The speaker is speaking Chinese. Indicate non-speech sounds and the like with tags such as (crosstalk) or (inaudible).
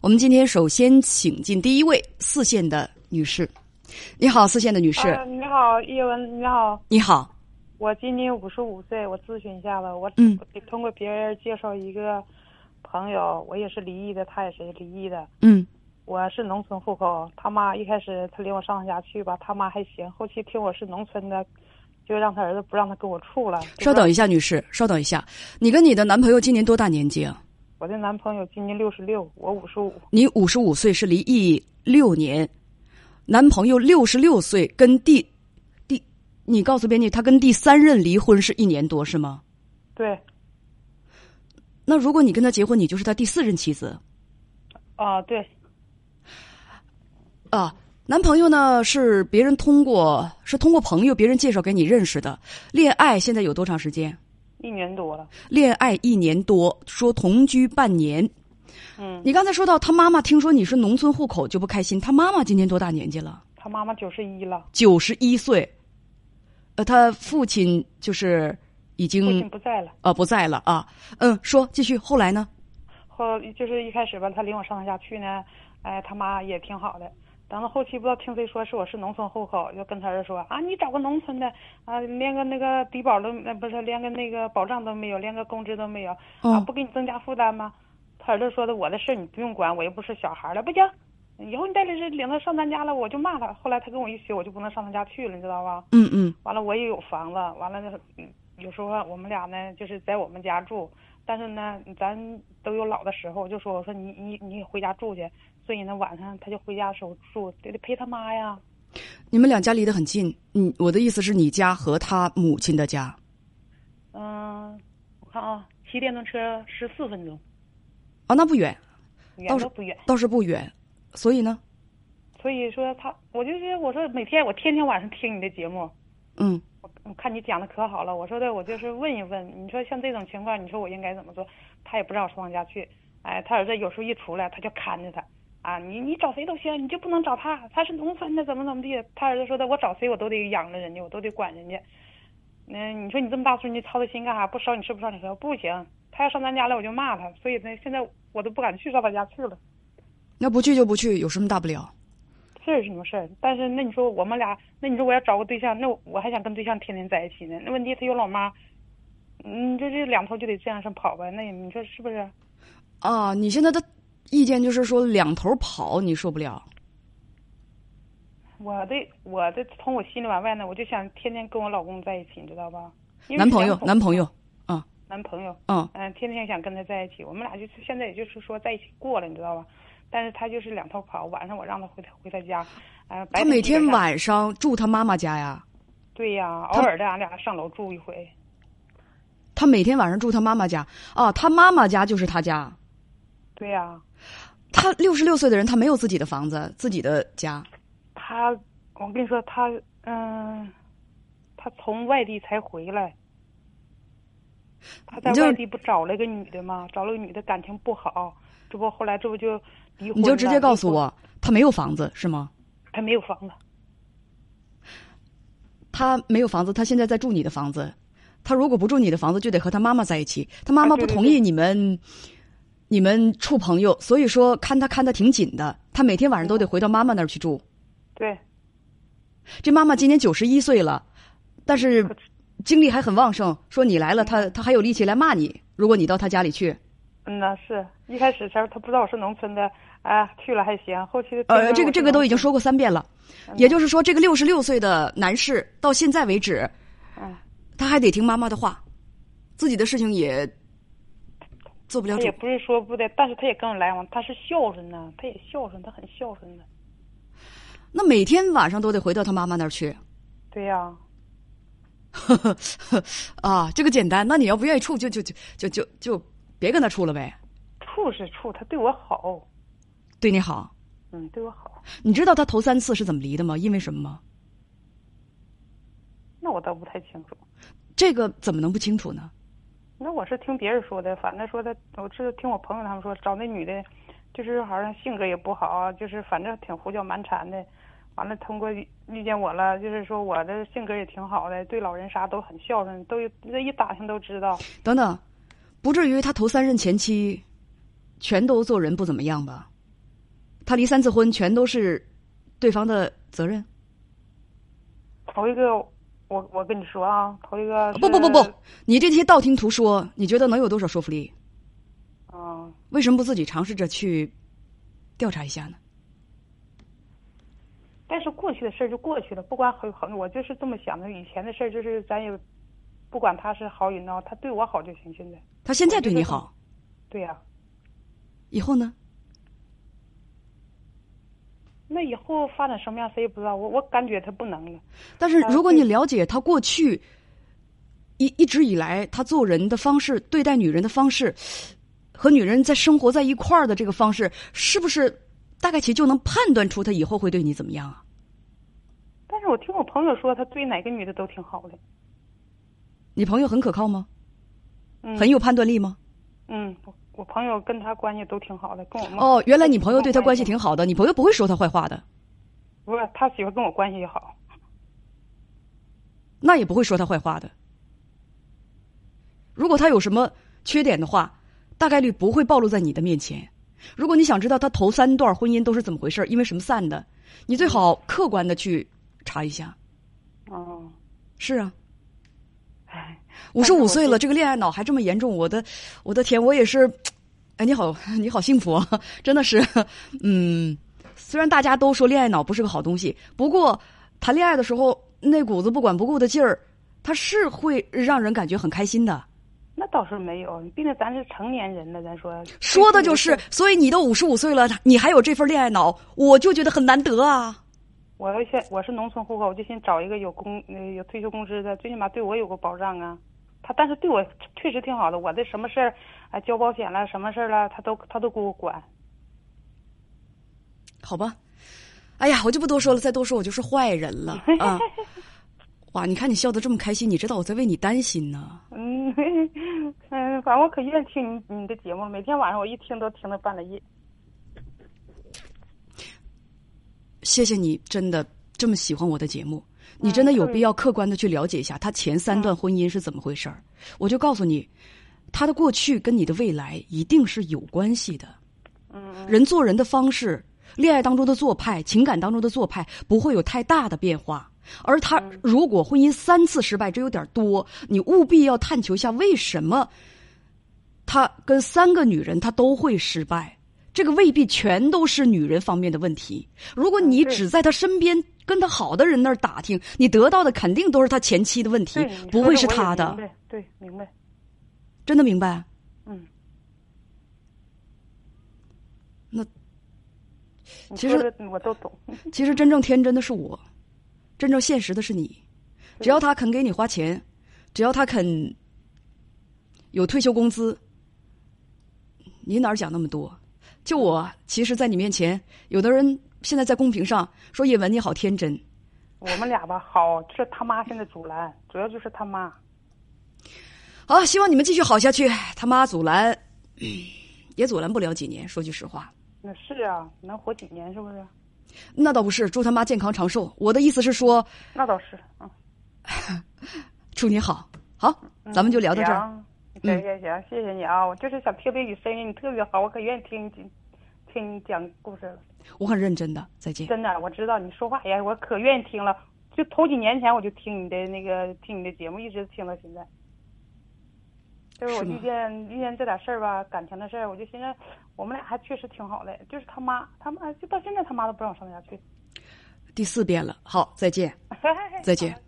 我们今天首先请进第一位四线的女士，你好，四线的女士，啊你好，叶文，你好，你好，我今年五十五岁，我咨询一下吧。我嗯我通过别人介绍一个朋友，我也是离异的，他也是离异的。嗯我是农村户口，他妈一开始他领我上他家去吧，他妈还行，后期听我是农村的，就让他儿子不让他跟我处了。就稍让等一下，女士，稍等一下，你跟你的男朋友今年多大年纪啊？我的男朋友今年六十六，我五十五，你五十五岁是离异六年，男朋友六十六岁，跟第第，你告诉编辑，他跟第三任离婚是一年多是吗？对那如果你跟他结婚，你就是他第四任妻子啊，对啊。男朋友呢是别人通过是通过朋友别人介绍给你认识的，恋爱现在有多长时间？一年多了，恋爱一年多，说同居半年。嗯，你刚才说到他妈妈，听说你是农村户口就不开心。他妈妈今年多大年纪了？他妈妈九十一了，九十一岁。呃，他父亲就是已父经亲不在了。呃不在了啊。嗯，说继续，后来呢？后就是一开始吧，他领我上他家去呢，哎，他妈也挺好的。等到后期不知道听谁说是我是农村户口，就跟他儿子说啊，你找个农村的啊，连个那个低保都呃不是，连个那个保障都没有，连个工资都没有啊，嗯不给你增加负担吗？他儿子说的，我的事儿你不用管，我又不是小孩了，不行，以后你带着这领他上咱家了，我就骂他。后来他跟我一学，我就不能上他家去了，你知道吧？嗯嗯完了我也有房子，完了呢，嗯有时候我们俩呢就是在我们家住，但是呢咱都有老的时候，我就说我说你你你也回家住去，所以呢晚上他就回家的时候住，得得陪他妈呀。你们两家离得很近。嗯，我的意思是你家和他母亲的家。嗯，我看啊，骑电动车十四分钟，啊，那不远，远倒是都不远。倒是不远，所以呢，所以说他，我就是我说每天我天天晚上听你的节目，嗯，我看你讲的可好了，我说的我就是问一问，你说像这种情况，你说我应该怎么做？他也不让我上他家去，哎，他儿子有时候一出来，他就看着他，啊，你你找谁都行，你就不能找他，他是农村的，怎么怎么地？他儿子说的，我找谁我都得养着人家，我都得管人家。嗯、你说你这么大岁数，你操这心干啥？不烧你吃不烧你喝，不行。他要上咱家来，我就骂他。所以呢，现在我都不敢去上他家去了。那不去就不去，有什么大不了？事儿是什么事儿？但是那你说我们俩，那你说我要找个对象，那我还想跟对象天天在一起呢。那问题他有老妈，嗯你这这两头就得这样上跑呗。那你说是不是？啊，你现在的意见就是说两头跑你受不了。我的我的从我心里往外呢，我就想天天跟我老公在一起，你知道吧？因为男朋友两，口男朋友，男朋友，嗯，嗯、天天想跟他在一起。我们俩就是现在也就是说在一起过了，你知道吧？但是他就是两头跑，晚上我让他回他回他家，啊、他白天每基本天上晚上住他妈妈家呀，对呀、他偶尔咱俩上楼住一回。他每天晚上住他妈妈家啊，他妈妈家就是他家。对呀、他六十六岁的人，他没有自己的房子、自己的家，他，我跟你说，他，嗯，他从外地才回来。他在你就外地不找了个女的吗？找了个女的感情不好，这不后来这不就离婚你就直接了告诉，离婚我，他没有房子是吗？他没有房子。他没有房子，他现在在住你的房子，他如果不住你的房子，就得和他妈妈在一起。他妈妈啊不对对同意你们，你们处朋友，所以说看他看的挺紧的，他每天晚上都得回到妈妈那儿去住。对，这妈妈今年九十一岁了，但是可精力还很旺盛。说你来了，她她还有力气来骂你。如果你到她家里去，嗯呐，是一开始时候他不知道我是农村的，啊，去了还行，后期呃，这个这个都已经说，说过三遍了。嗯也就是说，这个六十六岁的男士到现在为止，嗯，他还得听妈妈的话，自己的事情也做不了他主也。不是说不得，但是他也跟我来往，他是孝顺呐，他也孝顺，他很孝顺的。那每天晚上都得回到他妈妈那儿去。 (laughs) 对呀、啊，这个简单。那你要不愿意处，就就就就就就别跟他处了呗，处是处，他对我好，对你好。嗯，对我好。你知道他头三次是怎么离的吗？因为什么吗？那我倒不太清楚。这个怎么能不清楚呢？那我是听别人说的，反正说的，我是听我朋友他们说，找那女的，就是好像性格也不好，啊就是反正挺胡搅蛮缠的。完了，通过遇见我了，就是说我的性格也挺好的，对老人啥都很孝顺，都有这一打听都知道。等等，不至于他头三任前妻全都做人不怎么样吧？他离三次婚全都是对方的责任？头一个，我我跟你说啊，头一个不不不不，你这些道听途说，你觉得能有多少说服力？嗯，为什么不自己尝试着去调查一下呢？但是过去的事儿就过去了，不管很很，我就是这么想的。以前的事儿就是咱也不管他是好与孬，他对我好就行。现在，他现在对你好，对呀、以后呢？那以后发展什么样谁也不知道。我我感觉他不能了。但是呃如果对你了解他过去一一直以来他做人的方式、对待女人的方式，和女人在生活在一块儿的这个方式，是不是大概其就能判断出他以后会对你怎么样啊？但是我听我朋友说，他对哪个女的都挺好的。你朋友很可靠吗？嗯很有判断力吗？嗯，我我朋友跟他关系都挺好的，跟我妈哦，原来你朋友对他关系挺好的，你朋友不会说他坏话的，不是他媳妇跟我关系也好。那也不会说他坏话的。如果他有什么缺点的话，大概率不会暴露在你的面前。如果你想知道他头三段婚姻都是怎么回事，因为什么散的，你最好客观的去查一下。哦，是啊，唉，五但十是五我岁就了，这个恋爱脑还这么严重，我的，我的天，我也是，哎，你好， (laughs) 你好幸福、啊， (laughs) 真的是，嗯，虽然大家都说恋爱脑不是个好东西，不过谈恋爱的时候那股子不管不顾的劲儿，它是会让人感觉很开心的。那倒是没有，毕竟咱是成年人了，咱说说的就是，所以你都五十五岁了，你还有这份恋爱脑，我就觉得很难得啊。我要先我是农村户口，我就先找一个有工呃有退休工资的，最起码对我有个保障啊。他但是对我确实挺好的，我的什么事儿啊交保险了，什么事儿了，他都他都给我管。好吧，哎呀，我就不多说了，再多说我就是坏人了 (laughs) 啊！哇，你看你笑得这么开心，你知道我在为你担心呢。 (laughs) 嗯嗯，反正我可愿意听你你的节目了，每天晚上我一听都听到半夜。谢谢你真的这么喜欢我的节目，你真的有必要客观的去了解一下他前三段婚姻是怎么回事儿。我就告诉你，他的过去跟你的未来一定是有关系的。嗯人做人的方式、恋爱当中的做派、情感当中的做派不会有太大的变化。而他嗯如果婚姻三次失败，这有点多，你务必要探求一下为什么他跟三个女人他都会失败。这个未必全都是女人方面的问题。如果你嗯对只在他身边跟他好的人那儿打听，你得到的肯定都是他前妻的问题对，你不说会的是我也他明的。白对，明白。真的明白？嗯，你其说实的我都懂。其实真正天真的是我，真正现实的是你。只要他肯给你花钱，只要他肯有退休工资，你哪儿讲那么多？就我，其实，在你面前，有的人现在在公屏上说叶文你好天真，我们俩吧，好，这他妈现在阻拦，主要就是他妈。好，希望你们继续好下去。他妈阻拦， (clears throat) 也阻拦不了几年。说句实话，那是啊，能活几年是不是？那倒不是，祝他妈健康长寿。我的意思是说，那倒是，嗯。祝你好。好，嗯咱们就聊到这儿。嗯行，行行行，谢谢你啊！我就是想听听你声音，你特别好，我可愿意听你听你讲故事了。我很认真的，再见。真的，我知道你说话也，我可愿意听了。就头几年前我就听你的那个听你的节目，一直听到现在。就是我是吗遇见遇见这点事儿吧，感情的事儿，我就寻思我们俩还确实挺好的。就是他妈，他 (laughs) 妈就到现在他妈都不让我上他家去。第四遍了，好，再见，再见。